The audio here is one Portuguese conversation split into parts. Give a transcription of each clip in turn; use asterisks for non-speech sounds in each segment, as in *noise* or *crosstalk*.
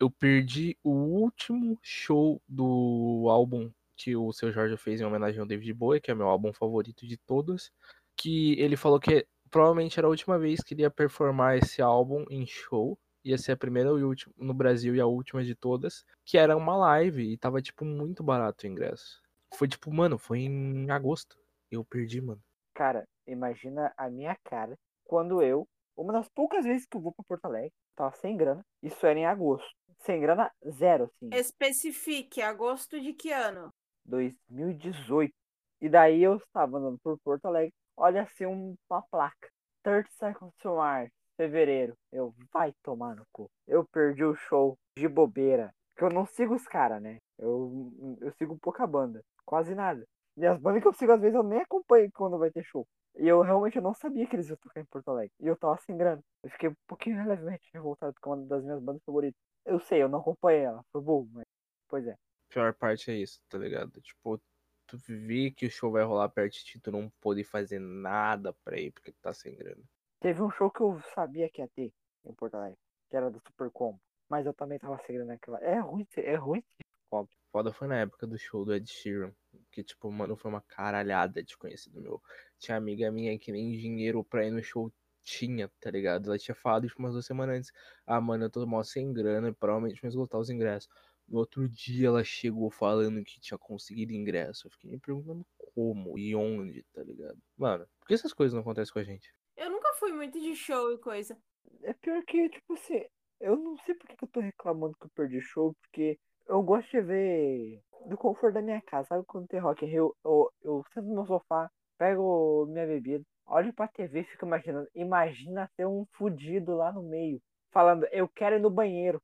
eu perdi o último show do álbum que o seu Jorge fez em homenagem ao David Bowie, que é meu álbum favorito de todos, que ele falou que provavelmente era a última vez que ele ia performar esse álbum em show, ia ser a primeira e última no Brasil e a última de todas, que era uma live e tava tipo muito barato o ingresso. Foi tipo, mano, foi em agosto. Eu perdi, mano. Cara, imagina a minha cara quando eu, uma das poucas vezes que eu vou pra Porto Alegre, tava sem grana. Isso era em agosto. Sem grana, zero, assim. Especifique, agosto de que ano? 2018. E daí eu estava andando por Porto Alegre, olha assim um- uma placa. 30 Seconds to Mars, fevereiro. Eu, vai tomar no cu. Eu perdi o show de bobeira. Porque eu não sigo os caras, né? Eu, eu sigo pouca banda, quase nada. E as bandas que eu sigo, às vezes, eu nem acompanho quando vai ter show. E eu realmente eu não sabia que eles iam tocar em Porto Alegre. E eu tava sem grana. Eu fiquei um pouquinho levemente revoltado com uma das minhas bandas favoritas. Eu sei, eu não acompanhei ela. Foi bom, mas... Pois é. pior parte é isso, tá ligado? Tipo, tu vê que o show vai rolar perto de ti, tu não poder fazer nada pra ir porque tu tá sem grana. Teve um show que eu sabia que ia ter em Porto Alegre, que era do Super Combo. Mas eu também tava segurando aquela. É ruim, ser- é ruim. ser pobre. Foda foi na época do show do Ed Sheeran, que tipo, mano, foi uma caralhada de conhecido meu. Tinha amiga minha que nem dinheiro pra ir no show tinha, tá ligado? Ela tinha falado isso umas duas semanas antes. Ah, mano, eu tô mal sem grana, provavelmente vou esgotar os ingressos. No outro dia ela chegou falando que tinha conseguido ingresso. Eu fiquei me perguntando como e onde, tá ligado? Mano, por que essas coisas não acontecem com a gente? Eu nunca fui muito de show e coisa. É pior que, tipo assim, eu não sei por que que eu tô reclamando que eu perdi show, porque eu gosto de ver do conforto da minha casa. Sabe quando tem Rock in Rio, eu, eu sento no meu sofá, pego minha bebida, olho pra TV e fico imaginando. Imagina ter um fudido lá no meio, falando, eu quero ir no banheiro.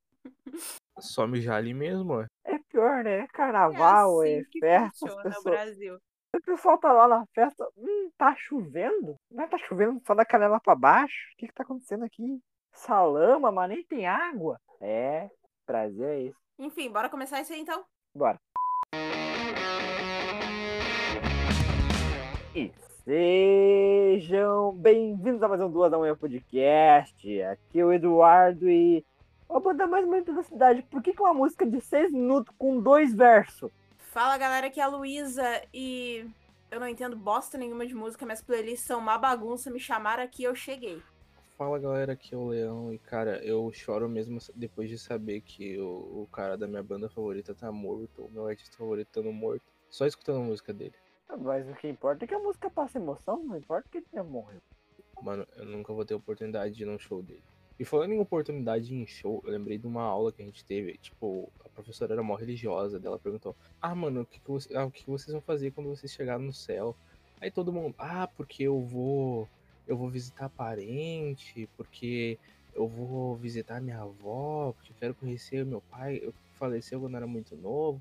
Só mijar ali mesmo, ó. É pior, né? É É carnaval, é, assim que festa, as funciona o pessoas. Brasil. O pessoal tá lá na festa. Hum, tá chovendo? Mas tá chovendo só da canela pra baixo? O que que tá acontecendo aqui? Salama, mas nem tem água. É, Brasil é isso. Enfim, bora começar isso aí então? Bora. E sejam bem-vindos a mais um Duas da Manhã Podcast. Aqui é o Eduardo e... Vou botar mais uma intensidade. Por que que uma música de seis minutos com dois versos? Fala galera, aqui é a Luísa e eu não entendo bosta nenhuma de música, minhas playlists são uma bagunça, me chamaram aqui e eu cheguei. Fala galera, aqui é o Leão e cara, eu choro mesmo sa- depois de saber que o, o cara da minha banda favorita tá morto, o meu artista favorito tá no morto, só escutando a música dele. Mas o que importa é que a música passa emoção, não importa que ele tenha morrido. Mano, eu nunca vou ter oportunidade de ir num show dele. E falando em oportunidade em show, eu lembrei de uma aula que a gente teve, tipo, a professora era mó religiosa, dela perguntou, ah, mano, o que, que, você- ah, o que que vocês vão fazer quando vocês chegarem no céu? Aí todo mundo, ah, porque eu vou. Eu vou visitar parente, porque eu vou visitar minha avó, porque eu quero conhecer meu pai, eu faleceu quando era muito novo.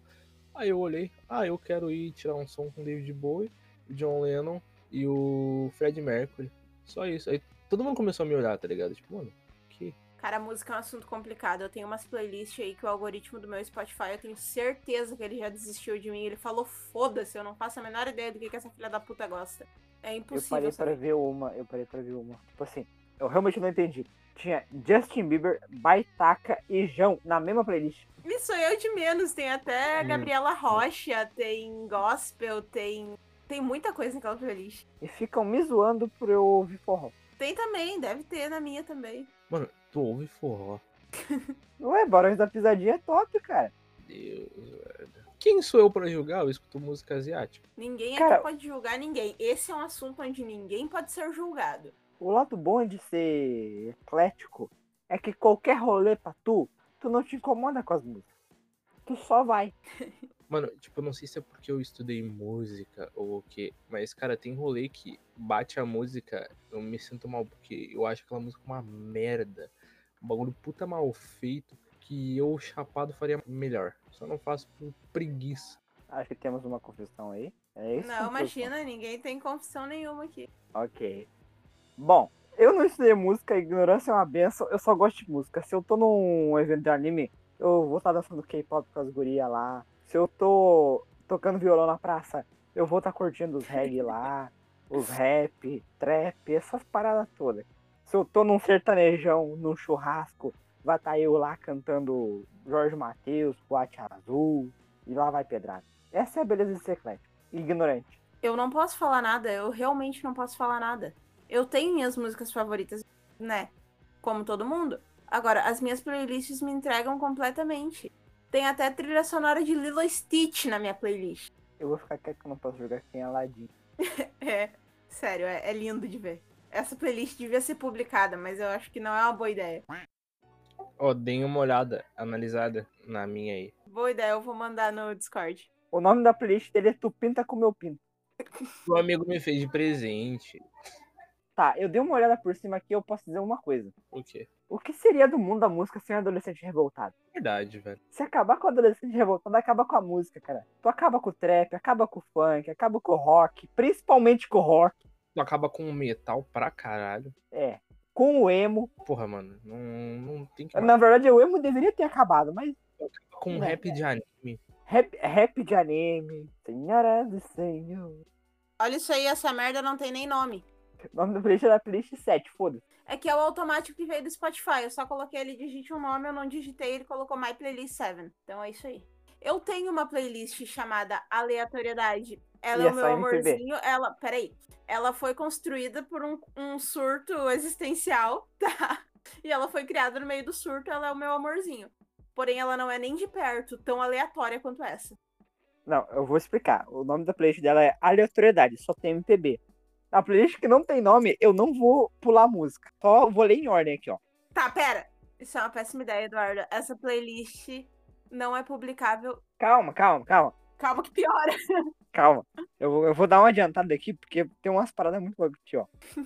Aí eu olhei, ah, eu quero ir tirar um som com David Bowie, o John Lennon e o Fred Mercury. Só isso. Aí todo mundo começou a me olhar, tá ligado? Tipo, mano, que. Cara, música é um assunto complicado. Eu tenho umas playlists aí que o algoritmo do meu Spotify, eu tenho certeza que ele já desistiu de mim. Ele falou, foda-se, eu não faço a menor ideia do que, que essa filha da puta gosta. É Eu impossível. parei pra saber. ver uma, eu parei pra ver uma. Tipo assim, eu realmente não entendi. Tinha Justin Bieber, Baitaca e Jão na mesma playlist. Isso aí é o de menos. Tem até Hum. Gabriela Rocha, tem gospel, tem. Tem muita coisa naquela playlist. E ficam me zoando por eu ouvir forró. Tem também, deve ter na minha também. Mano, tu ouve forró. Ué, Barões da Pisadinha é top, cara. Deus, velho. Quem sou eu pra julgar? Eu escuto música asiática. Ninguém Cara- aqui pode julgar ninguém. Esse é um assunto onde ninguém pode ser julgado. O lado bom de ser eclético é que qualquer rolê pra tu, tu não te incomoda com as músicas. Tu só vai. Mano, tipo, eu não sei se é porque eu estudei música ou o quê, mas, cara, tem rolê que bate a música, eu me sinto mal, porque eu acho aquela música uma merda. Um bagulho puta mal feito que eu, chapado, faria melhor. Só não faço por preguiça. Acho que temos uma confissão aí. É isso? não, confissão? imagina, ninguém tem confissão nenhuma aqui. Ok. Bom, eu não estudei música, a ignorância é uma benção, eu só gosto de música. Se eu tô num evento de anime, eu vou estar dançando K-pop com as gurias lá. Se eu tô tocando violão na praça, eu vou estar curtindo os reggae lá, os rap, trap, essas paradas todas. Se eu tô num sertanejão, num churrasco, vai estar eu lá cantando Jorge Matheus, Boate Azul, e lá vai pedrada. Essa é a beleza de ser eclético. Ignorante. Eu não posso falar nada, eu realmente não posso falar nada. Eu tenho minhas músicas favoritas, né? Como todo mundo. Agora, as minhas playlists me entregam completamente. Tem até trilha sonora de Lilo Stitch na minha playlist. Eu vou ficar quieto que eu não posso jogar sem Aladdin. É, sério, é, é lindo de ver. Essa playlist devia ser publicada, mas eu acho que não é uma boa ideia. Ó, deem uma olhada, analisada na minha aí. Boa ideia, eu vou mandar no Discord. O nome da playlist dele é Tu Pinta Como Eu Pinto. O amigo me fez de presente. Tá, eu dei uma olhada por cima aqui eu posso dizer uma coisa. O quê? O que seria do mundo da música sem um adolescente revoltado? Verdade, velho. Se acabar com o adolescente revoltado, acaba com a música, cara. Tu acaba com o trap, acaba com o funk, acaba com o rock, principalmente com o rock. Tu acaba com o metal pra caralho. É. Com o emo. Porra, mano, não, não tem que. Na verdade, o emo deveria ter acabado, mas Tu acaba com um rap de anime. rap, rap de anime. Senhora do Senhor. Olha isso aí, essa merda não tem nem nome. O nome da playlist era playlist 7, foda-se. É que é o automático que veio do Spotify. Eu só coloquei ele, digite um nome, eu não digitei, ele colocou My Playlist 7. Então é isso aí. Eu tenho uma playlist chamada Aleatoriedade. Ela E é é o só meu MPB. amorzinho. Ela, peraí. Ela foi construída por um, um surto existencial, *laughs* tá? E ela foi criada no meio do surto, ela é o meu amorzinho. Porém, ela não é nem de perto tão aleatória quanto essa. Não, eu vou explicar. O nome da playlist dela é Aleatoriedade, só tem MPB. A playlist que não tem nome, eu não vou pular a música. Só vou ler em ordem aqui, ó. Tá, pera. Isso é uma péssima ideia, Eduardo. Essa playlist não é publicável. Calma, calma, calma. Calma que piora. Calma. Eu vou, eu vou dar uma adiantada aqui, porque tem umas paradas muito boas aqui, ó.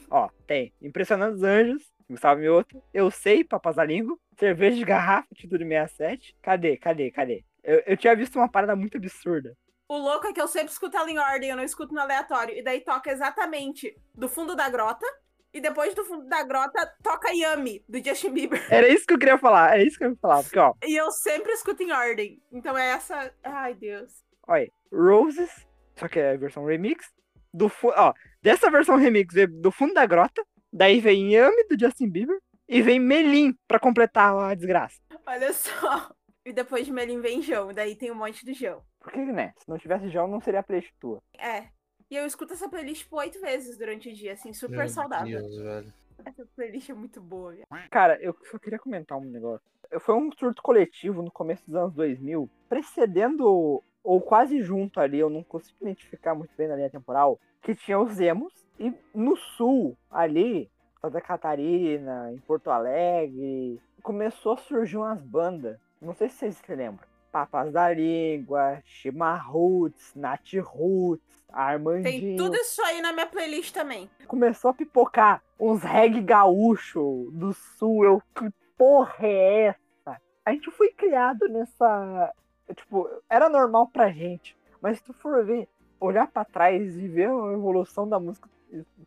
Ó, tem Impressionando os Anjos, Gustavo Mioto, Eu Sei, Papazalingo, Cerveja de Garrafa, Título 67. Cadê, cadê, cadê? Eu, eu tinha visto uma parada muito absurda. O louco é que eu sempre escuto ela em ordem, eu não escuto no aleatório. E daí toca exatamente do fundo da grota. E depois do fundo da grota, toca Yami, do Justin Bieber. *laughs* Era isso que eu queria falar, era isso que eu ia falar, porque, ó, E eu sempre escuto em ordem. Então é essa. Ai, Deus. Olha, aí, Roses, só que é a versão remix. Do fu- ó, dessa versão remix veio do fundo da grota. Daí vem Yami do Justin Bieber. E vem Melim pra completar a desgraça. Olha só. E depois de Melim vem João. Daí tem um monte do João. Por que, né? Se não tivesse João, não seria a playlist tua. É. E eu escuto essa playlist por oito vezes durante o dia, assim, super Meu saudável. Deus, velho. Essa playlist é muito boa. velho. Cara, eu só queria comentar um negócio. Foi um surto coletivo no começo dos anos 2000, precedendo ou quase junto ali, eu não consigo identificar muito bem na linha temporal, que tinha os emos. E no sul, ali, Santa Catarina, em Porto Alegre, começou a surgir umas bandas. Não sei se vocês se lembram. Papas da Língua, Shima Roots, Nath Roots, Tem Armandinho. tudo isso aí na minha playlist também. Começou a pipocar uns reggae gaúcho do sul. Eu, que porra é essa? A gente foi criado nessa. Tipo, era normal pra gente. Mas se tu for ver, olhar pra trás e ver a evolução da música,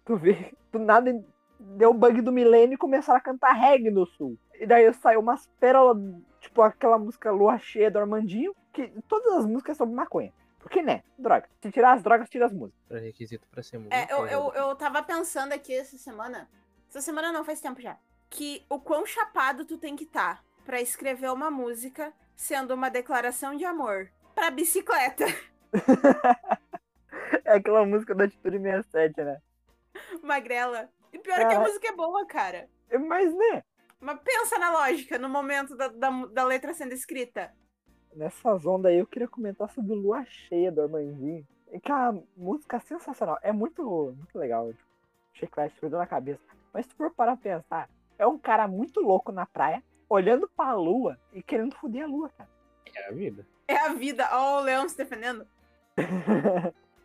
tu vê, do nada deu o bug do milênio e começaram a cantar reggae no sul. E daí saiu umas pérolas, tipo aquela música Lua Cheia do Armandinho, que todas as músicas são maconha. Porque, né? Droga. Se tirar as drogas, tira as músicas. *laughs* Era requisito pra ser músico. É, eu, eu, eu tava pensando aqui essa semana. Essa semana não, faz tempo já. Que o quão chapado tu tem que estar tá pra escrever uma música sendo uma declaração de amor pra bicicleta. *laughs* É aquela música da Atitude 67, né? Magrela. E pior é que a Cara. música é boa, cara. Mas, né? Mas pensa na lógica, no momento da, da, da letra sendo escrita. Nessa onda aí, eu queria comentar sobre o Lua Cheia do Armandinho. É Que a música é sensacional. É muito, muito legal. Tipo, chiclete grudou na cabeça. Mas se tu for parar pra pensar, é um cara muito louco na praia, olhando pra lua e querendo foder a lua, cara. É a vida. É a vida. Ó, o Leão se defendendo.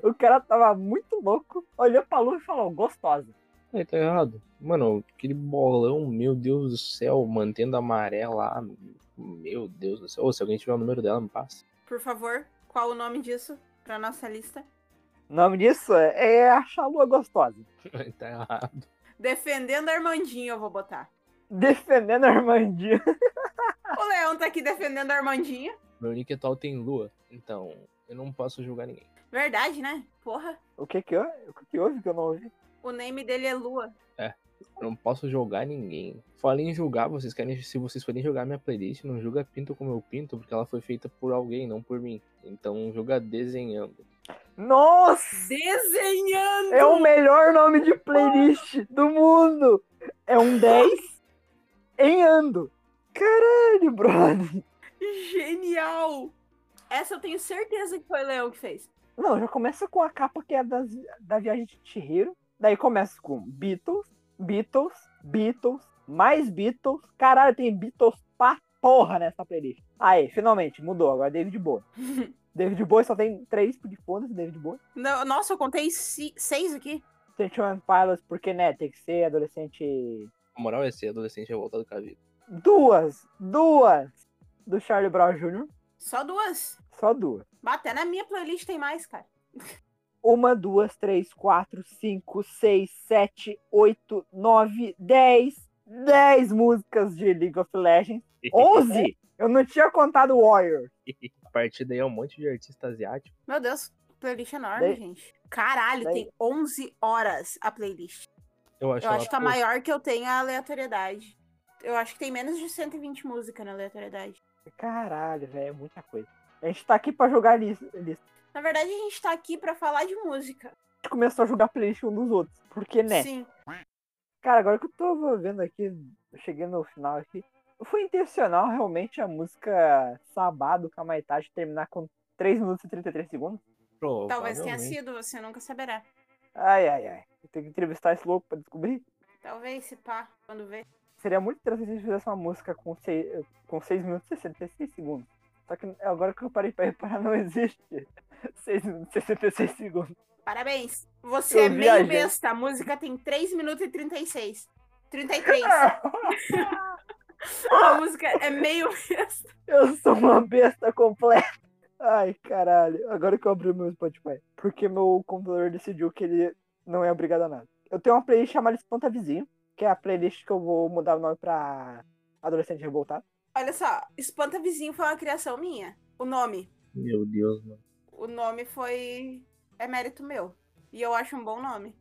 o cara tava muito louco, olhou pra lua e falou, gostosa. Ele tá errado. Mano, aquele bolão, meu Deus do céu, mantendo a maré lá. Meu Deus do céu. Ô, se alguém tiver o número dela, me passa. *laughs* Por favor, qual o nome disso pra nossa lista? O nome disso é é achar a lua gostosa. Ele tá errado. Defendendo Armandinho, eu vou botar. Defendendo a Armandinho. *laughs* O Leão tá aqui defendendo Armandinho. Meu nick atual tem lua, então eu não posso julgar ninguém. Verdade, né? Porra, O que que, hou- o que que houve que eu não ouvi? o name dele é Lua. Não posso julgar ninguém. Falei em julgar, vocês querem. Se vocês forem julgar minha playlist, não julga pinto como eu pinto, porque ela foi feita por alguém, não por mim. Então julga desenhando. Nossa! Desenhando! É o melhor nome de playlist do mundo! É um 10 em ando. Caralho, brother! Genial! Essa eu tenho certeza que foi o Leão que fez. Não, já começa com a capa que é das, da viagem de Chihiro. Daí começa com Beatles, Beatles, Beatles, mais Beatles. Caralho, tem Beatles pra porra nessa playlist. Aí, finalmente, mudou. Agora é David Bowie. David Bowie só tem três, de foda-se, David Bowie. Não, nossa, eu contei ci- seis aqui. Twenty One Pilots, porque, né, tem que ser adolescente... A moral é ser adolescente revoltado com a *laughs* vida. Duas! Duas! Do Charlie Brown Jr. Só duas. Só duas. Até na minha playlist tem mais, cara. Uma, duas, três, quatro, cinco, seis, sete, oito, nove, dez. Dez músicas de League of Legends. Onze! Eu não tinha contado Warrior. A partir daí é um monte de artista asiático. Meu Deus, playlist enorme, Daí- gente. Caralho, daí- tem 11 horas a playlist. Eu acho, Eu acho que a ela maior que eu tenho é a aleatoriedade. Eu acho que tem menos de 120 músicas na aleatoriedade. Caralho, velho, é muita coisa. A gente tá aqui pra jogar lista. lista. Na verdade, a gente tá aqui pra falar de música. A gente começou a jogar playlist um dos outros. Porque, né? Sim. Cara, agora que eu tô vendo aqui, eu cheguei no final aqui. Foi intencional realmente a música Sabá do Kamaitachi terminar com 3 minutos e 33 segundos? provavelmente- Talvez tenha sido, você nunca saberá. Ai, ai, ai. Eu tenho que entrevistar esse louco pra descobrir. Talvez, se pá, quando vê. Seria muito interessante se a gente fizesse uma música com 6, com seis minutos e 66 segundos. Só que é agora que eu parei pra reparar, não existe *laughs* 6 minutos e 66 segundos. Parabéns. Você Eu é meio viajei. besta. A música tem 3 minutos e 36. 33. *laughs* a música é meio besta. Eu sou uma besta completa. Ai, caralho. Agora que eu abri meu Spotify. Porque meu computador decidiu que ele não é obrigado a nada. Eu tenho uma playlist chamada Espanta Vizinho, que é a playlist que eu vou mudar o nome pra Adolescente Revoltado. Olha só, Espanta Vizinho foi uma criação minha. O nome. Meu Deus, mano. O nome foi. É mérito meu. E eu acho um bom nome.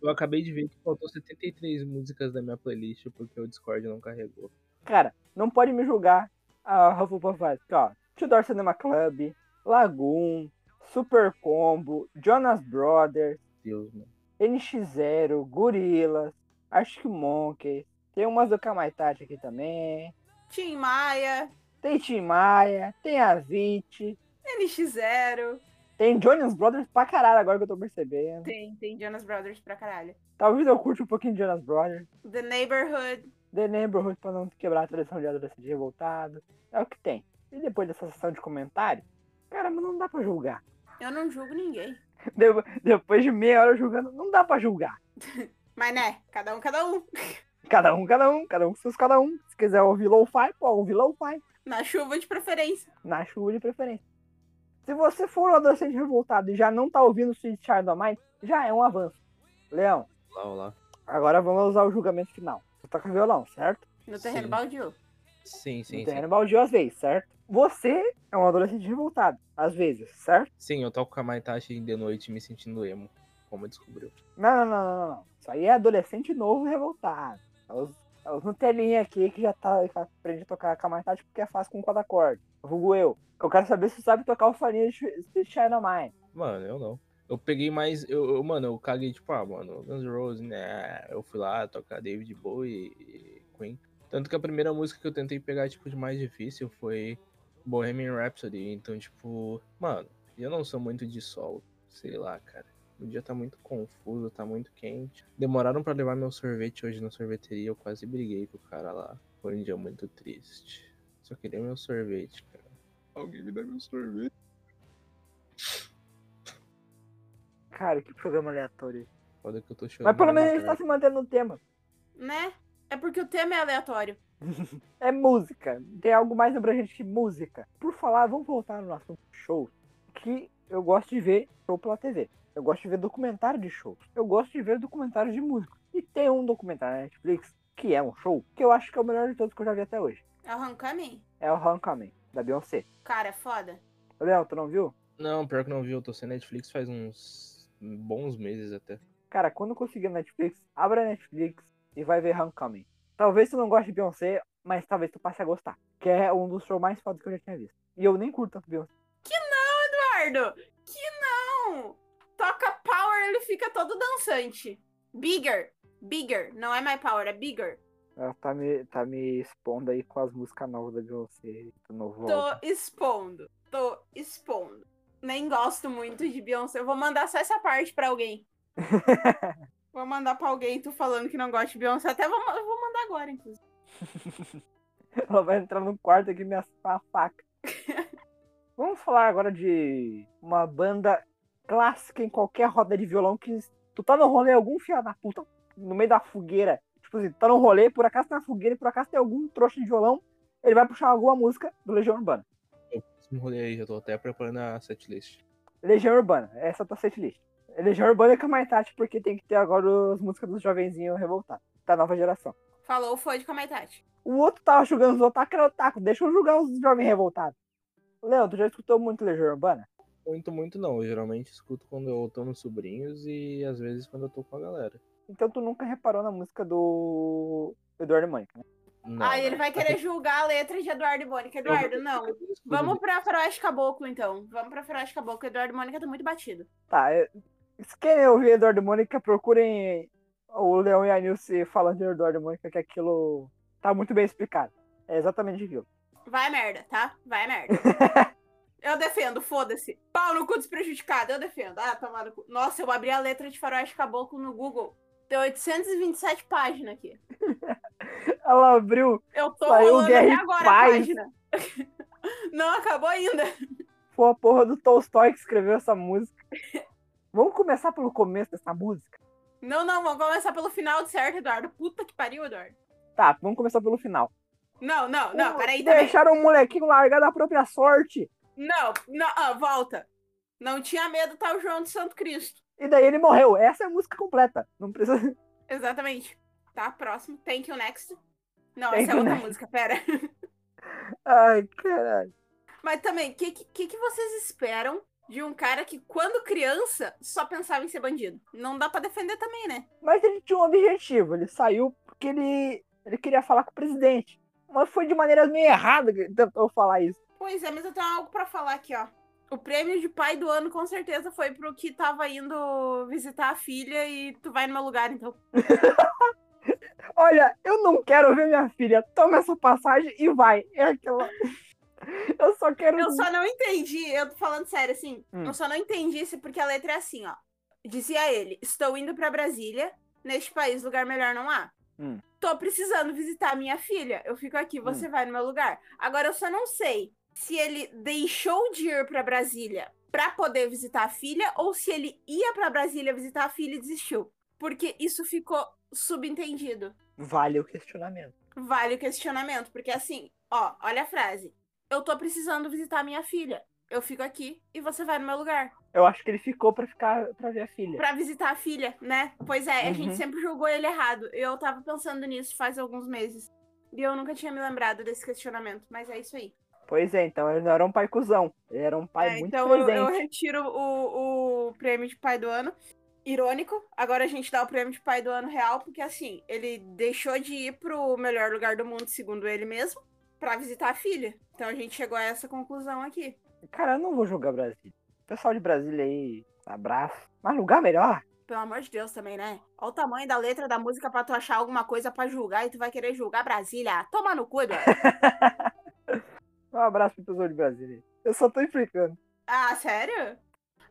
Eu acabei de ver que faltou 73 músicas da minha playlist porque o Discord não carregou. Cara, não pode me julgar a Hufflepuff Vibes. porque, ó, Tudor Cinema Club, Lagoon, Super Combo, Jonas Brothers, Deus, mano. NX0, Gorilas, Arctic Monkey. Tem umas do Kamaitachi aqui também. Tim Maia, Tem Tim Maia, tem a Vit, NX0. tem Jonas Brothers pra caralho agora que eu tô percebendo. Tem, tem Jonas Brothers pra caralho. Talvez eu curte um pouquinho de Jonas Brothers. The Neighborhood. The Neighborhood pra não quebrar a tradição de adolescente revoltado. É o que tem. E depois dessa sessão de comentário, cara, mas não dá pra julgar. Eu não julgo ninguém. De- depois de meia hora julgando, não dá pra julgar. Mas né, cada um, cada um. *laughs* Cada um, cada um, cada um com seus cada um. Se quiser ouvir lo-fi, pô, ouvir lo-fi. Na chuva de preferência. na chuva de preferência. Se você for um adolescente revoltado e já não tá ouvindo Sweet Child of Mine, já é um avanço. Leão, Olá, olá. agora vamos usar o julgamento final. Você toca violão, certo? No terreno Sim. baldio. Sim, Sim, sim, sim. terreno baldio às vezes, certo? Você é um adolescente revoltado, às vezes, certo? Sim, eu toco com a Maitachi de noite me sentindo emo, como descobriu. Não, não, não, não, não, não. Isso aí é adolescente novo revoltado. É os, é os Nutelinha aqui que já tá que aprende a tocar com a Kamaitachi porque é fácil com cada corda. Vulgo eu. Eu quero saber se você sabe tocar o farinha de Sweet Child of Mine. Mano, eu não. Eu peguei mais. Eu, eu- mano, eu caguei, tipo, ah, mano, Guns N' Roses, né? Eu fui lá tocar David Bowie e Queen. Tanto que a primeira música que eu tentei pegar, tipo, de mais difícil foi Bohemian Rhapsody. Então, tipo, mano, eu não sou muito de solo. Sei lá, cara. O dia tá muito confuso, tá muito quente. Demoraram pra levar meu sorvete hoje na sorveteria. Eu quase briguei com o cara lá. Foi um dia muito triste. Só queria meu sorvete, cara. Alguém me dá meu sorvete. Cara, que programa aleatório. Foda que eu tô chorando. né? Mas na pelo menos ele tá tarde. se mantendo no tema. Né? É porque o tema é aleatório. É música. Tem algo mais abrangente que música. Por falar, vamos voltar no assunto show. Que eu gosto de ver show pela TV. Eu gosto de ver documentário de show. Eu gosto de ver documentários de música. E tem um documentário na Netflix, que é um show, que eu acho que é o melhor de todos que eu já vi até hoje. É o Homecoming? É o Homecoming, da Beyoncé. Cara, é foda. Ô, Léo, tu não viu? Não, pior que não vi, eu tô sem Netflix faz uns bons meses até. Cara, quando conseguir a Netflix, abra a Netflix e vai ver Homecoming. Talvez tu não goste de Beyoncé, mas talvez tu passe a gostar. Que é um dos shows mais fodas que eu já tinha visto. E eu nem curto tanto Beyoncé. Eduardo, que não! Toca power, ele fica todo dançante. Bigger, bigger, não é my power, é bigger. Ela tá me, tá me expondo aí com as músicas novas da Beyoncé. Do novo álbum. *laughs* Tô expondo, tô expondo. Nem gosto muito de Beyoncé. Eu vou mandar só essa parte *laughs* pra alguém. vou mandar pra alguém tu falando que não gosta de Beyoncé. Até vou, eu vou mandar agora, inclusive. Ela vai entrar no quarto aqui e me assar a faca. Vamos falar agora de uma banda clássica em qualquer roda de violão que tu tá no rolê algum filho da puta no meio da fogueira. Tipo assim, tu tá no rolê, por acaso tá na fogueira e por acaso tem algum trouxa de violão, ele vai puxar alguma música do Legião Urbana. Me rolei aí, já tô até preparando a setlist. Legião Urbana, essa é a tua setlist. Legião Urbana é com a Maitachi, porque tem que ter agora as músicas dos jovenzinhos revoltados, da nova geração. Falou, foi de Kamaitachi. O outro tava julgando os otaku, era otaku, deixa eu julgar os jovens revoltados. Léo, tu já escutou muito Legião Urbana? Muito, muito não. Eu geralmente escuto quando eu tô nos sobrinhos e às vezes quando eu tô com a galera. Então tu nunca reparou na música do Eduardo e Mônica, né? Não, Aí Ah, ele não. vai querer julgar a letra de Eduardo e Mônica. Eduardo, não. Eu escuto Vamos pra Faroeste Caboclo, então. Vamos pra Faroeste Caboclo. Eduardo e Mônica tá muito batido. Tá, eu... se querem ouvir Eduardo e Mônica, procurem o Leão e a Nilce falando de Eduardo e Mônica, que aquilo tá muito bem explicado. É exatamente aquilo. Vai merda, tá? Vai merda. *laughs* eu defendo, foda-se. Pau no cu desprejudicado, eu defendo. Ah, tomado cu. Nossa, eu abri a letra de Faroeste Caboclo no Google. Tem 827 páginas aqui. Ela abriu, Eu tô Saiu rolando Guerra até e agora Paz. a página. *laughs* Não acabou ainda. foi a porra do Tolstói que escreveu essa música. *laughs* Vamos começar pelo começo dessa música? Não, não, vamos começar pelo final de certo, Eduardo. Puta que pariu, Eduardo. Tá, vamos começar pelo final. Não, não, não, peraí também. Deixaram o molequinho largar da própria sorte. Não, não, ah, volta. Não tinha medo, tá o João de Santo Cristo. E daí ele morreu. Essa é a música completa. Não precisa. *laughs* Exatamente. Tá, próximo. Thank you, next. Não, Thank essa é you, outra next. música, pera. Ai, caralho. Mas também, o que, que, que vocês esperam de um cara que, quando criança, só pensava em ser bandido? Não dá pra defender também, né? Mas ele tinha um objetivo. Ele saiu porque ele, ele queria falar com o presidente. Mas foi de maneira meio errada que ele tentou falar isso. Pois é, mas eu tenho algo pra falar aqui, ó. O prêmio de pai do ano, com certeza, foi pro que tava indo visitar a filha e tu vai no meu lugar, então. Olha, eu não quero ver minha filha. Toma essa passagem e vai. É aquela. *laughs* Eu só quero. Eu só não entendi, eu tô falando sério, assim, Hum. eu só não entendi isso porque a letra é assim, ó. Dizia ele, estou indo pra Brasília, neste país lugar melhor não há. Hum. Tô precisando visitar minha filha, eu fico aqui, você vai no meu lugar. Agora eu só não sei se ele deixou de ir pra Brasília pra poder visitar a filha ou se ele ia pra Brasília visitar a filha e desistiu. Porque isso ficou subentendido. Vale o questionamento. Vale o questionamento, porque assim, ó, olha a frase. Eu tô precisando visitar minha filha. Eu fico aqui e você vai no meu lugar. Eu acho que ele ficou pra ficar pra ver a filha. Pra visitar a filha, né? Pois é, a Uhum. gente sempre julgou ele errado. Eu tava pensando nisso faz alguns meses. E eu nunca tinha me lembrado desse questionamento, mas é isso aí. Pois é, então ele não era um pai cuzão. Ele era um pai É, muito então eu, presente. eu retiro o, o prêmio de pai do ano. Irônico. Agora a gente dá o prêmio de pai do ano real, porque assim, ele deixou de ir pro melhor lugar do mundo, segundo ele mesmo, pra visitar a filha. Então a gente chegou a essa conclusão aqui. Cara, eu não vou julgar Brasília. Pessoal de Brasília aí, abraço. Mas lugar melhor? Pelo amor de Deus também, né? Olha o tamanho da letra da música pra tu achar alguma coisa pra julgar e tu vai querer julgar Brasília. Toma no cu, Eduardo. *laughs* Um abraço pro pessoal de Brasília. aí. Eu só tô implicando. Ah, sério?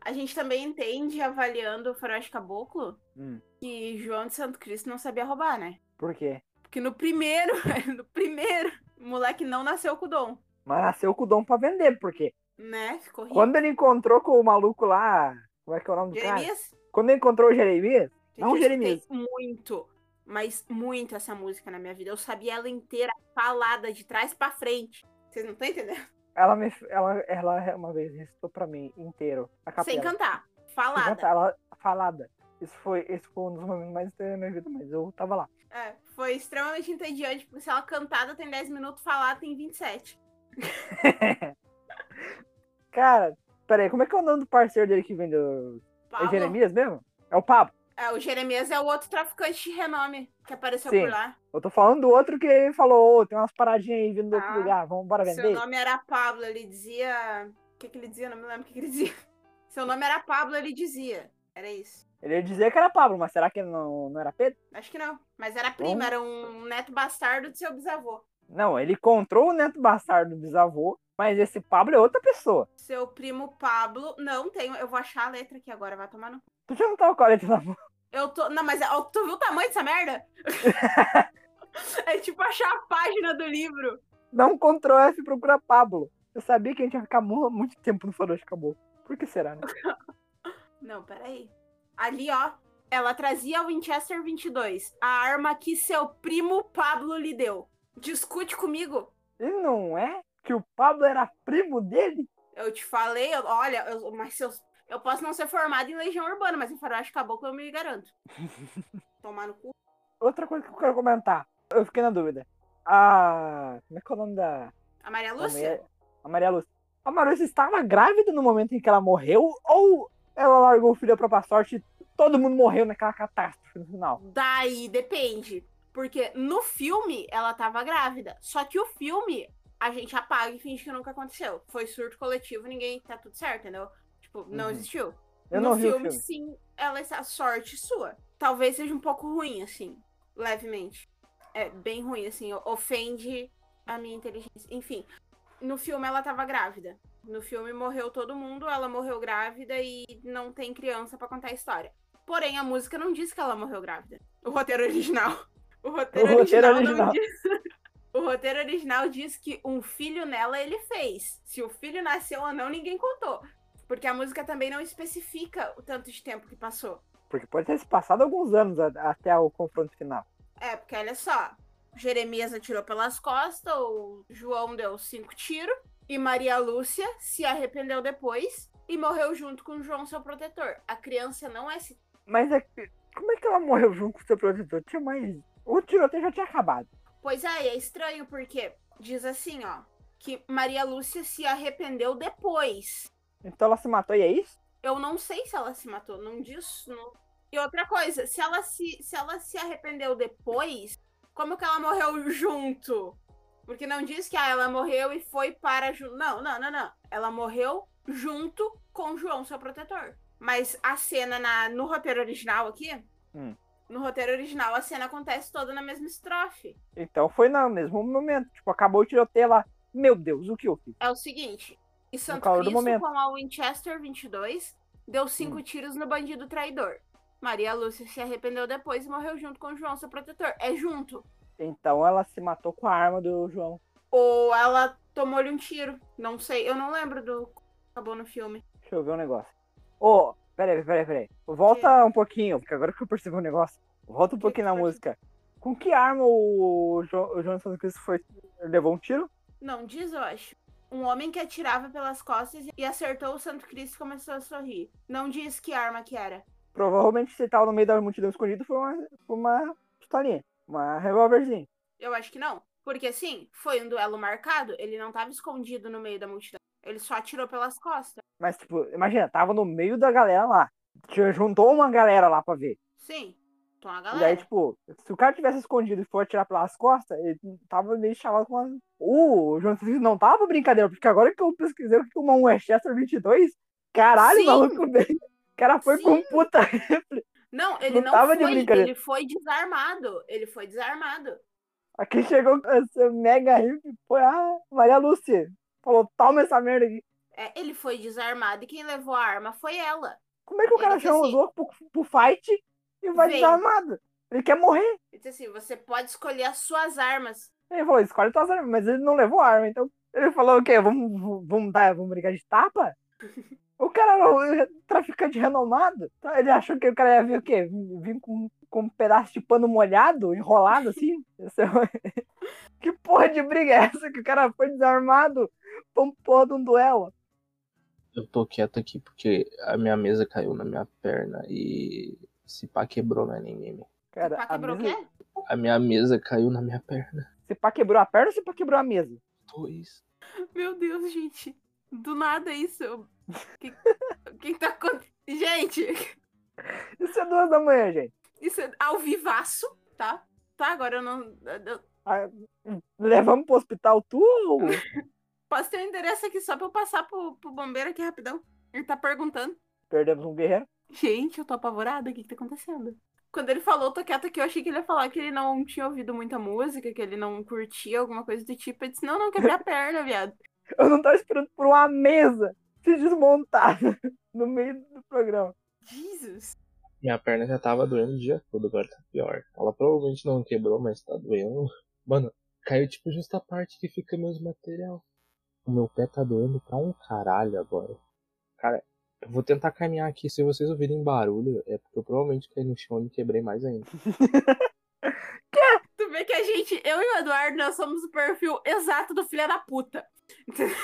A gente também entende, avaliando o Faroeste Caboclo, Hum. que João de Santo Cristo não sabia roubar, né? Por quê? Porque no primeiro, *laughs* no primeiro, o moleque não nasceu com o dom, Mas nasceu com o dom pra vender, porque né? Ficou rico. quando ele encontrou com o maluco lá. Como é que é o nome do cara? Jeremias? Quando ele encontrou o Jeremias, Gente, Não, eu Jeremias. escutei muito, mas muito essa música na minha vida. Eu sabia ela inteira, falada, de trás pra frente. Vocês não estão entendendo? ela, me, ela, ela uma vez recitou pra mim inteiro a capela. Sem cantar. Sem Falada. cantar, ela falada. Isso foi, esse foi um dos momentos mais estranhos da minha vida, mas eu tava lá. É, foi extremamente entediante, porque se ela cantada tem 10 minutos, falada tem 27. Cara, peraí, como é que é o nome do parceiro dele que vendeu? Pablo, É Jeremias mesmo? É o Pablo. É, o Jeremias é o outro traficante de renome que apareceu Sim. por lá. Eu tô falando do outro que falou, ô, tem umas paradinhas aí vindo do Ah, outro lugar, vamos bora Seu vender? nome era Pablo, ele dizia. O que, que ele dizia? Não me lembro o que, que ele dizia. *laughs* Seu nome era Pablo, ele dizia. Era isso. Ele ia dizer que era Pablo, mas será que ele não, não era Pedro? Acho que não. Mas era primo, Bom. era um neto bastardo de seu bisavô. Não, ele encontrou o neto bastardo do bisavô, mas esse Pablo é outra pessoa. Seu primo Pablo. Não, tenho. Eu vou achar a letra aqui agora, vai tomar no. cu. Tu já não tava com a letra na mão? Eu tô. Não, mas é- ó, tu viu o tamanho dessa merda? é tipo achar a página do livro. Dá um Ctrl F e procura Pablo. Eu sabia que a gente ia ficar mu- muito tempo no Faroeste Acabou. Por que será, né? Não, peraí. Ali, ó. Ela trazia o Winchester 22, a arma que seu primo Pablo lhe deu. Discute comigo. E não é que o Pablo era primo dele? Eu te falei, eu- olha, eu, mas se eu, eu posso não ser formado em Legião Urbana, mas em Faroeste Caboclo eu *laughs* me garanto. Tomar no cu. Outra coisa que eu quero comentar. Eu fiquei na dúvida. A. Como é que é o nome da. A Maria da Lúcia? mulher? A Maria Lúcia. A Maria Lúcia estava grávida no momento em que ela morreu? Ou ela largou o filho à própria sorte e todo mundo morreu naquela catástrofe no final? Daí depende. Porque no filme ela tava grávida. Só que o filme a gente apaga e finge que nunca aconteceu. Foi surto coletivo, ninguém tá tudo certo, entendeu? Tipo, não Uhum. existiu. Eu no não vi filme, o filme. sim, ela está sorte sua. Talvez seja um pouco ruim, assim, levemente. É bem ruim, assim, ofende a minha inteligência. Enfim, no filme ela tava grávida. No filme morreu todo mundo, ela morreu grávida e não tem criança pra contar a história. Porém, a música não diz que ela morreu grávida. O roteiro original. *laughs* O roteiro, O roteiro original, não original. diz. *laughs* O roteiro original diz que um filho nela ele fez. Se o filho nasceu ou não, ninguém contou. Porque a música também não especifica o tanto de tempo que passou. Porque pode ter se passado alguns anos a- até o confronto final. É, porque olha só, Jeremias atirou pelas costas, o João deu cinco tiros, e Maria Lúcia se arrependeu depois e morreu junto com o João, seu protetor. A criança não é citada. Mas é que- como é que ela morreu junto com o seu protetor? Tinha mais. O tiroteio já tinha acabado. Pois é, e é estranho porque diz assim, ó, que Maria Lúcia se arrependeu depois. Então ela se matou e é isso? Eu não sei se ela se matou, não diz. Não... E outra coisa, se ela se, se ela se arrependeu depois, como que ela morreu junto? Porque não diz que ah, ela morreu e foi para. Ju... Não, não, não, não. Ela morreu junto com João, seu protetor. Mas a cena na, no roteiro original aqui. Hum. No roteiro original, a cena acontece toda na mesma estrofe. Então foi no mesmo momento. Tipo, acabou o tiroteio lá. Meu Deus, o que eu fiz? É o seguinte: e Santo calor do Cristo momento. Hum. com a Winchester 22 deu cinco tiros no bandido traidor. Maria Lúcia se arrependeu depois e morreu junto com João, seu protetor. É junto. Então ela se matou com a arma do João. Ou ela tomou-lhe um tiro. Não sei. Eu não lembro do. que Acabou no filme. Deixa eu ver um negócio. Ô, peraí, peraí, peraí. Volta um pouquinho, porque agora que eu percebi um negócio. Volta um que pouquinho que na foi? música. Com que arma o, jo o João Santo Cristo foi, levou um tiro? Não, diz, eu acho. Um homem que atirava pelas costas e acertou o Santo Cristo e começou a sorrir. Não diz que arma que era. Provavelmente se tava no meio da multidão escondido foi uma, foi uma pistolinha, uma revólverzinha. Eu acho que não. Porque assim, foi um duelo marcado, ele não tava escondido no meio da multidão. Ele só atirou pelas costas. Mas, tipo, imagina, tava no meio da galera lá. Tinha- Juntou uma galera lá pra ver. Sim. Então a E galera. daí, tipo, se o cara tivesse escondido e for atirar pelas costas, ele tava meio chamado com uma. Uh, o João Francisco não tava pra brincadeira, porque agora que eu pesquisei o que é uma Westchester 22, caralho, Sim. maluco, *laughs* velho. O cara foi com Sim. puta. Não, ele Não não, tava de foi, brincadeira. ele foi desarmado. Ele foi desarmado. Aqui chegou com essa mega hip, foi a Maria Lúcia. Falou, toma essa merda aqui. É, ele foi desarmado e quem levou a arma foi ela. Como é que o Ele cara disse chama assim, os outros pro, pro fight e vai "Vem." desarmado? Ele quer morrer. Ele disse assim: você pode escolher as suas armas. Ele falou, escolhe tuas armas, mas ele não levou arma, então. Ele falou o quê? Vamos, vamos- vamos dar, vamos brigar de tapa? O cara era um traficante renomado. Então ele achou que o cara ia vir o quê? Vir vir com, com um pedaço de pano molhado, enrolado assim? *laughs* Esse é- *laughs* que porra de briga é essa que o cara foi desarmado pra um porra de um duelo? Eu tô quieto aqui porque a minha mesa caiu na minha perna e se pá quebrou no anime. Cara, Pá, a quebrou o mesa- quê? A minha mesa caiu na minha perna. Se pá quebrou a perna ou se pá quebrou a mesa? Dois. Meu Deus, gente. Do nada isso. O que, o que tá acontecendo? Gente, Isso é duas da manhã, gente. Isso é ao vivaço, tá? Tá, agora eu não. eu- Ah, Levamos pro hospital tu? posso ter um endereço aqui só pra eu passar pro, pro bombeiro aqui rapidão. Ele tá perguntando. Perdemos um guerreiro. Gente, eu tô apavorada, o que que tá acontecendo? Quando ele falou, tô quieta que eu achei que ele ia falar que ele não tinha ouvido muita música, que ele não curtia alguma coisa do tipo. Ele disse, não, não, quebrei a perna, viado. Eu não tava esperando por uma mesa se desmontar *laughs* no meio do programa. Jesus. Minha perna já tava doendo o dia todo, agora tá pior. Ela provavelmente não quebrou, mas tá doendo. Mano, caiu tipo justo a parte que fica meus material. O meu pé tá doendo pra um caralho agora. Cara, eu vou tentar caminhar aqui. Se vocês ouvirem barulho, é porque eu provavelmente caí no chão e me quebrei mais ainda. Tu vê que a gente, eu e o Eduardo, nós somos o perfil exato do filho da puta. *laughs* Entendeu?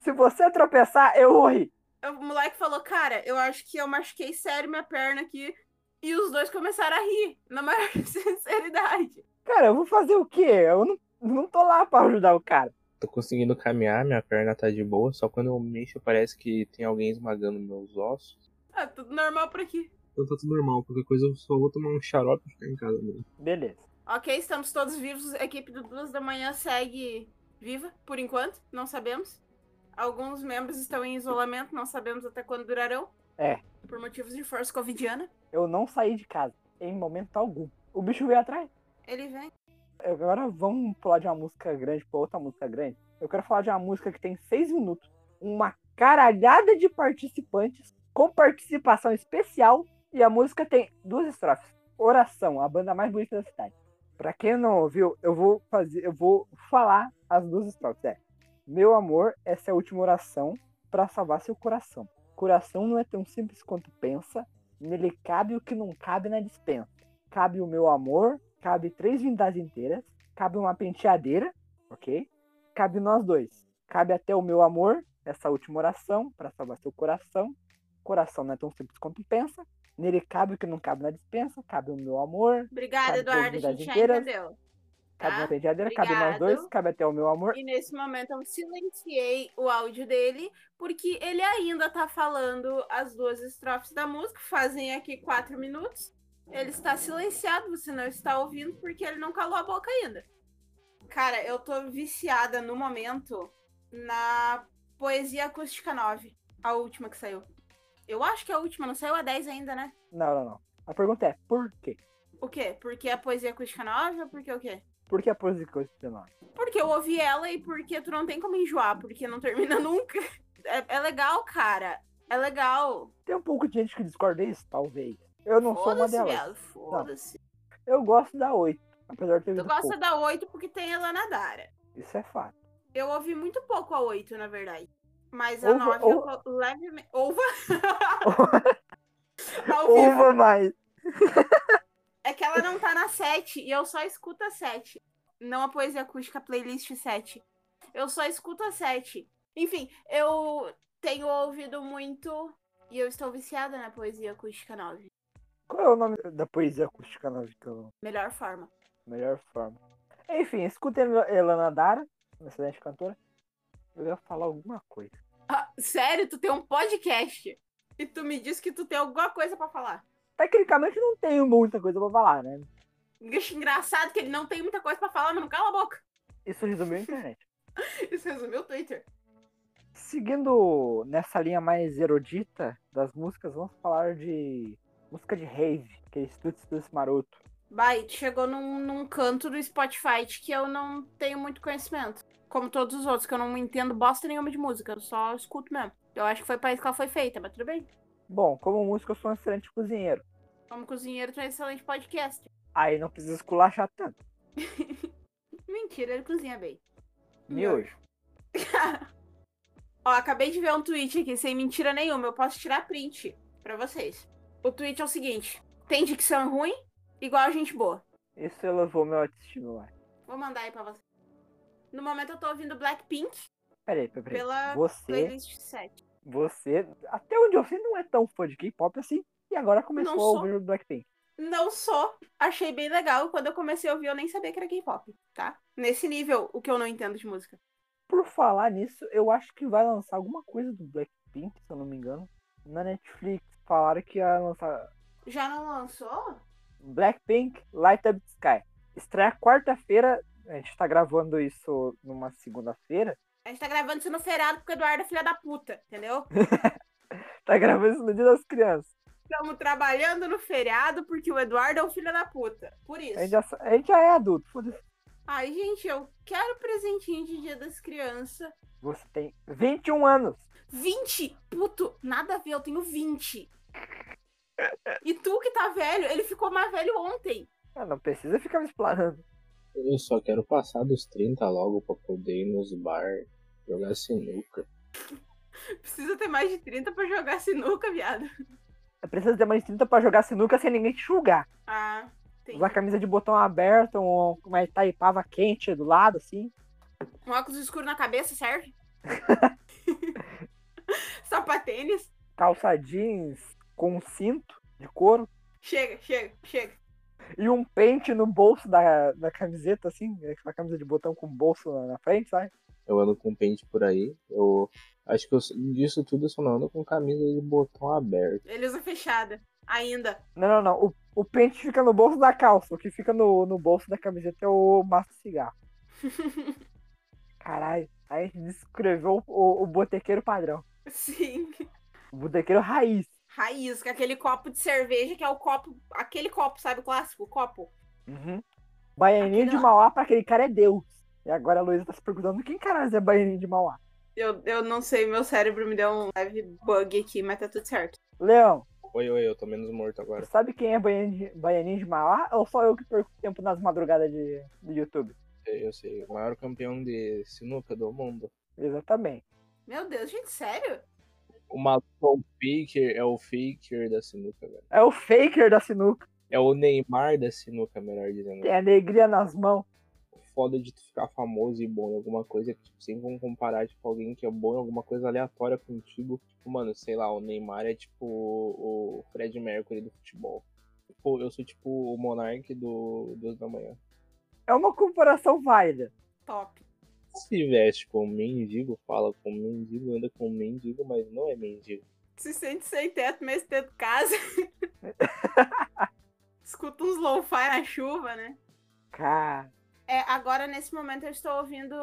Se você tropeçar, eu vou rir. O moleque falou, cara, eu acho que eu machuquei sério minha perna aqui. E os dois começaram a rir, na maior *laughs* sinceridade. Cara, eu vou fazer o quê? Eu não, não tô lá pra ajudar o cara. Tô conseguindo caminhar, minha perna tá de boa. Só quando eu mexo parece que tem alguém esmagando meus ossos. Ah, tudo normal por aqui. Então tá tudo normal. Qualquer coisa eu só vou tomar um xarope e ficar em casa mesmo. Beleza. Ok, estamos todos vivos. A equipe do Duas da Manhã segue viva, por enquanto, não sabemos. Alguns membros estão em isolamento, não sabemos até quando durarão. É. Por motivos de força covidiana. Eu não saí de casa em momento algum. O bicho veio atrás. Ele vem. Agora vamos pular de uma música grande pra outra música grande. Eu quero falar de uma música que tem seis minutos, uma caralhada de participantes, com participação especial, e a música tem duas estrofes. Oração, a banda mais bonita da cidade. Pra quem não ouviu, eu vou fazer, eu vou falar as duas estrofes. É, meu amor, essa é a última oração pra salvar seu coração. Coração não é tão simples quanto pensa. Nele cabe o que não cabe na dispensa. Cabe o meu amor, cabe três vindas inteiras, cabe uma penteadeira, ok? Cabe nós dois. Cabe até o meu amor, essa última oração, para salvar seu coração. Coração não é tão simples quanto pensa. Nele cabe o que não cabe na dispensa, cabe o meu amor, Obrigada, Sabe Eduardo. A todas as gente já inteiras. entendeu. cabe uma Tá? penteadeira, cabe nós obrigado. dois, cabe até o meu amor. E nesse momento eu silenciei o áudio dele, porque ele ainda tá falando as duas estrofes da música, fazem aqui quatro minutos. Ele está silenciado, você não está ouvindo, porque ele não calou a boca ainda. Cara, eu tô viciada no momento na Poesia Acústica 9, a última que saiu. Eu acho que é a última, não saiu a 10 ainda, né? Não, não, não. A pergunta é, por quê? O quê? Porque a Poesia Acústica 9 ou porque o quê? Por que a música de nós? Porque eu ouvi ela e porque tu não tem como enjoar, porque não termina *laughs* nunca. É, é legal, cara. É legal. Tem um pouco de gente que discorda disso, talvez. Eu não sou uma Foda-se, delas. Tá. viado. Foda-se. Eu gosto da 8, apesar de ter Tu visto gosta pouco. da 8 porque tem ela na Dara. Isso é fato. Eu ouvi muito pouco a 8, na verdade. Mas a Ouva- 9 eu co- levemente. *laughs* Ouva! Ao vivo. Uva mais. É que ela não tá na 7 e eu só escuto a 7. Não a poesia acústica playlist 7. Eu só escuto a 7. Enfim, eu tenho ouvido muito e eu estou viciada na poesia acústica 9. Qual é o nome da poesia acústica na Vicão? Melhor forma. Melhor forma. Enfim, escutem a Elana Dara, uma excelente cantora. Eu ia falar alguma coisa. Ah, sério, tu tem um podcast e tu me diz que tu tem alguma coisa pra falar. Tecnicamente não tenho muita coisa pra falar, né? Acho engraçado que ele não tem muita coisa pra falar, mas não cala a boca. *laughs* Isso resumiu a internet. Isso resumiu o Twitter. Seguindo nessa linha mais erudita das músicas, vamos falar de música de rave, que é Stutz Stutz Maroto. Vai, chegou num, num canto do Spotify de que eu não tenho muito conhecimento. Como todos os outros, que eu não entendo bosta nenhuma de música, eu só escuto mesmo. Eu acho que foi pra isso que ela foi feita, mas tudo bem. Bom, como músico eu sou um excelente cozinheiro. Como cozinheiro, tu é um excelente podcast. Aí não precisa esculachar tanto. Mentira, ele cozinha bem. Miojo. Ó, acabei de ver um tweet aqui, sem mentira nenhuma. Eu posso tirar print pra vocês. O tweet é o seguinte: tem dicção ruim, igual a gente boa. Isso elevou meu autoestima. ué. Vou mandar aí pra vocês. No momento eu tô ouvindo Blackpink Peraí, peraí. peraí. pela Você playlist 7. você, até onde eu sei, não é tão fã de K-pop assim. E agora começou Não a sou. ouvir o Blackpink. Não sou, achei bem legal. Quando eu comecei a ouvir, eu nem sabia que era K-pop, tá? Nesse nível, o que eu não entendo de música. Por falar nisso, eu acho que vai lançar alguma coisa do Blackpink, se eu não me engano. na Netflix. Falaram que ia lançar Já não lançou? Blackpink Light Up the Sky. Estreia quarta-feira. A gente tá gravando isso numa segunda-feira. *laughs* A gente tá gravando isso no feriado porque o Eduardo é filha da puta, entendeu? Tá gravando isso no Dia das Crianças. Estamos trabalhando no feriado porque o Eduardo é um filho da puta. Por isso. A gente já, a gente já é adulto. Foda-se. Ai, gente, eu quero presentinho de Dia das Crianças. Você tem 21 anos. 20! Puto, nada a ver, eu tenho 20. E tu que tá velho, ele ficou mais velho ontem. Ah, não precisa ficar me explanando. Eu só quero passar dos 30 logo pra poder ir nos bar, jogar sinuca. Precisa ter mais de 30 pra jogar sinuca, viado. Precisa ter mais de 30 pra jogar sinuca sem ninguém te julgar. Ah, tem. Usar camisa de botão aberto, um- uma itaipava quente do lado, assim. Um óculos escuro na cabeça, *laughs* serve? Sapatênis? Calça jeans com um cinto de couro. Chega, chega, chega. E um pente no bolso da, da camiseta, assim. Aquela camisa de botão com bolso na, na frente, sabe? Eu ando com pente por aí. Eu acho que eu, disso tudo eu só não ando com camisa de botão aberto. Ele usa fechada. Ainda. Não, não, não. O, o pente fica no bolso da calça. O que fica no, no bolso da camiseta é o maço de cigarro. Caralho, a gente descreveu o, o botequeiro padrão. Sim. O botequeiro raiz. Raiz, com aquele copo de cerveja que é o copo. Aquele copo, sabe, o clássico? O copo. Uhum. Baianinho de Aquele- Mauá pra aquele cara é Deus. E agora a Luísa tá se perguntando quem caralho é Baianinho de Mauá. Eu, eu não sei, meu cérebro me deu um leve bug aqui, mas tá tudo certo. Leão, Oi, oi, eu tô menos morto tu agora. sabe quem é Baianinho de, Baianinho de Mauá? Ou só eu que perco tempo nas madrugadas de, do YouTube? Eu sei, o maior campeão de sinuca do mundo. Exatamente. Meu Deus, gente, sério? O maluco é o faker, é o faker da sinuca, velho. É o faker da sinuca. É o Neymar da sinuca, melhor dizendo. Tem alegria nas mãos. O Foda de tu ficar famoso e bom em alguma coisa que tipo, sempre vão comparar tipo, alguém que é bom em alguma coisa aleatória contigo. Tipo, mano, sei lá, o Neymar é tipo o o Fred Mercury do futebol. Tipo, eu sou tipo o Monark do Deus da Manhã. É uma comparação válida. Top. Se veste como mendigo, fala como mendigo, anda como mendigo, mas não é mendigo. Se sente sem teto, mas teto *laughs* casa. Escuta uns lo-fi na chuva, né? Cara, É, agora nesse momento eu estou ouvindo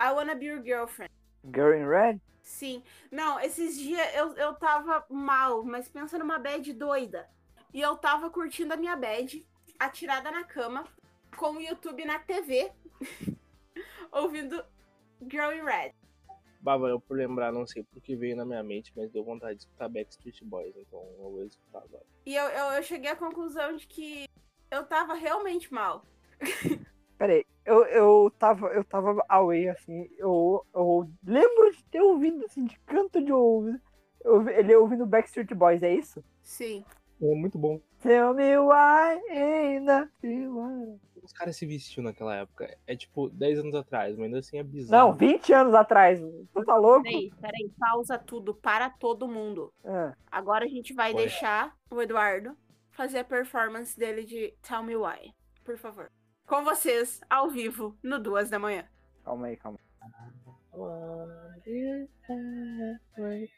I Wanna Be Your Girlfriend. Girl in Red? Sim. Não, esses dias eu, eu tava mal, mas pensa numa bad doida. E eu tava curtindo a minha bad, atirada na cama, com o YouTube na TV, *laughs* ouvindo Girl in Red. Bava, eu por lembrar, não sei porque veio na minha mente, mas deu vontade de escutar Backstreet Boys, então eu vou escutar agora. E eu, eu, eu cheguei à conclusão de que eu tava realmente mal. Peraí, eu, eu tava, eu tava away, assim, eu, eu lembro de ter ouvido, assim, de canto de ouvido, eu ouvi- ele ouvindo Backstreet Boys, é isso? Sim. É muito bom. Tell me why ainda feel like- Os caras se vestiam naquela época. É tipo 10 anos atrás, mas ainda assim é bizarro. Não, 20 anos atrás, tu tá louco? Peraí, peraí, pausa tudo para todo mundo. Ah, Agora a gente vai Olha. deixar o Eduardo fazer a performance dele de Tell Me Why, por favor. Com vocês, ao vivo, no Duas da Manhã. calma aí, calma aí.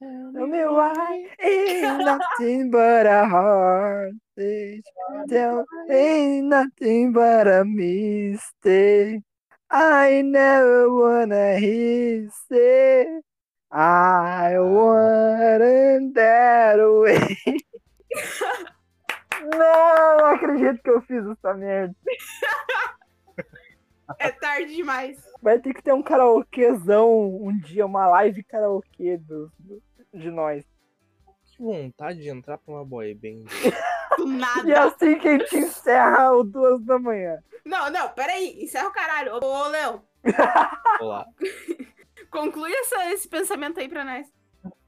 Tell me why ain't nothing but a heartache. Tell ain't nothing but a mistake. I never wanna hear say I wasn't that way. Não acredito que eu fiz essa merda. *laughs* É tarde demais. Vai ter que ter um karaokezão um dia, uma live karaokê do, do- de nós. Que vontade de entrar pra uma boy band. *laughs* Do E nada. assim que a gente encerra o duas da manhã. Não, não, peraí. Encerra o caralho. Ô, Ô, Léo, Olá. conclui essa- esse pensamento aí pra nós.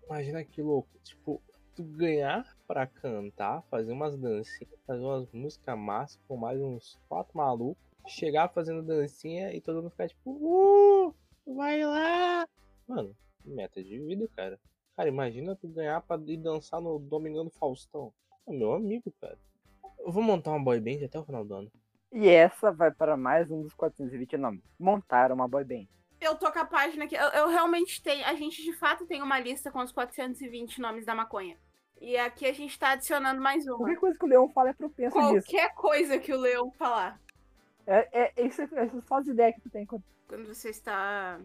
Imagina que louco. Tipo, tu ganhar pra cantar, fazer umas dancinhas, fazer umas músicas massa com mais uns quatro malucos, chegar fazendo dancinha e todo mundo ficar tipo, uh, vai lá. Mano, meta de vida, cara. Cara, imagina tu ganhar pra ir dançar no Domingão do Faustão. É meu amigo, cara. Eu vou montar uma boy band até o final do ano. E essa vai para mais um dos 420 nomes. Montar uma boy band. Eu tô com a página aqui. Eu, eu realmente tenho. A gente de fato tem uma lista com os 420 nomes da maconha. E aqui a gente tá adicionando mais uma. Qualquer coisa que o Leão fala é propenso disso. Qualquer coisa que o Leão falar. É, é, isso, essas são as ideias que tu tem quando. Quando você está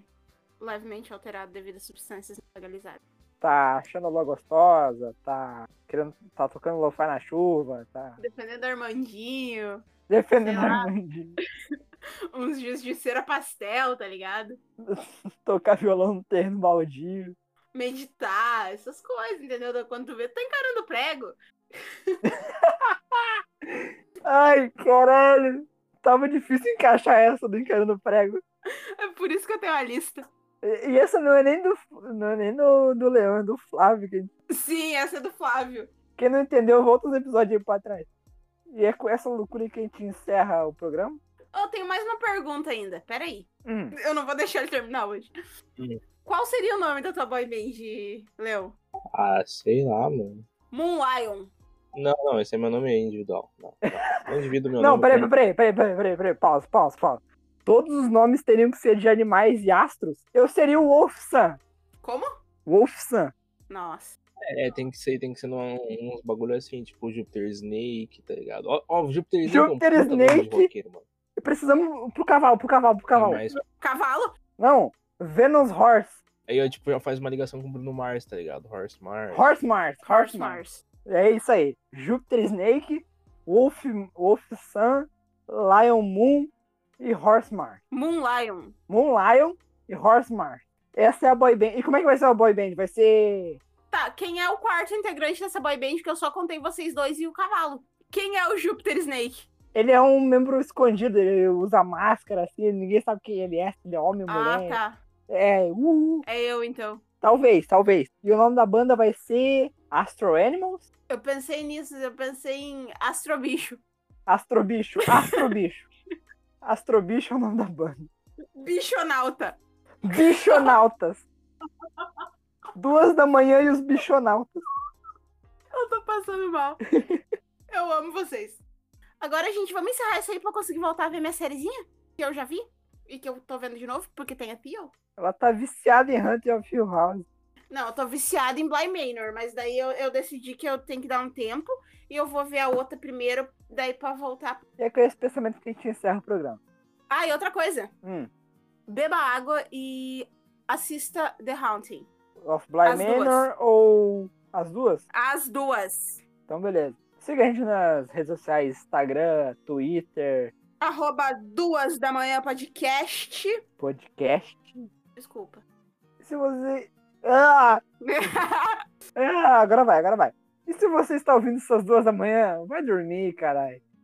levemente alterado devido a substâncias legalizadas. Tá achando a lua gostosa, tá querendo. tá tocando lo-fi na chuva, tá Dependendo do Armandinho, defendendo Sei lá. a Armandinho. uns dias de cera pastel, tá ligado? *laughs* tocar violão no terreno baldio. Meditar, essas coisas, entendeu? Quando tu vê, tá encarando prego. Ai, caralho! Tava difícil encaixar essa do encarando prego. É por isso que eu tenho a lista. E e essa não é nem do, não é nem do, do Leão, é do Flávio. Quem, Sim, essa é do Flávio. quem não entendeu, volta os episódios aí pra trás. E é com essa loucura que a gente encerra o programa. Eu tenho mais uma pergunta ainda. Peraí. Hum. Eu não vou deixar ele terminar hoje. Hum. Qual seria o nome da tua boy band, Leo? Ah, sei lá, mano. Moon Lion. Não, não, esse é meu nome individual. Não, não. não divido meu Não, nome. peraí, com- peraí, peraí, peraí, peraí, peraí, pausa, pausa, pausa. Todos os nomes teriam que ser de animais e astros. Eu seria o Wolf-san. Como? Wolf-san. Nossa. É, tem que ser, tem que ser num, uns bagulho assim, tipo Júpiter Snake, tá ligado? Ó, ó Júpiter Snake. é um Júpiter puta nome de Snake? Tá, roqueiro, mano. É Precisamos pro cavalo, pro cavalo, pro cavalo. Mas Cavalo? Não, Venus Horse. aí eu, tipo, já faz uma ligação com o Bruno Mars, tá ligado? Horse Mars. Horse Mars. Horse Mars. Mars. É isso aí. Júpiter Snake, Wolf, Wolf Sun, Lion Moon e Horse Mars. Moon Lion. Moon Lion e Horse Mars. Essa é a boy band. E como é que vai ser a boy band? Vai ser. Tá, quem é o quarto integrante dessa boy band que eu só contei vocês dois e o cavalo? Quem é o Júpiter Snake? Ele é um membro escondido, ele usa máscara assim, ninguém sabe quem ele é, se ele é homem ou Ah, mulher. tá. É, uh, É eu então. talvez, talvez. E o nome da banda vai ser Astro Animals? Eu pensei nisso, eu pensei em Astrobicho. Astro *laughs* Bicho, Astro Bicho. Astro Bicho é o nome da banda. Bichonauta. Bichonautas. Duas da manhã e os bichonautas. Eu tô passando mal. eu amo vocês. Agora, gente, vamos encerrar isso aí pra eu conseguir voltar a ver minha sériezinha, que eu já vi e que eu tô vendo de novo, porque tem a Pio. Ela tá viciada em Hunter of Hill House. Não, eu tô viciada em Bly Manor, mas daí eu, eu decidi que eu tenho que dar um tempo e eu vou ver a outra primeiro, daí pra voltar. E é com esse pensamento que a gente encerra o programa. Ah, e outra coisa. Hum. Beba água e assista The Haunting. Of Bly As Manor ou as duas? As duas. Então, beleza. Siga a gente nas redes sociais, Instagram, Twitter, Arroba duas da manhã podcast. podcast. *laughs* Desculpa. Se você... Ah! Ah, agora vai, agora vai. E se você está ouvindo essas duas da manhã, vai dormir, caralho.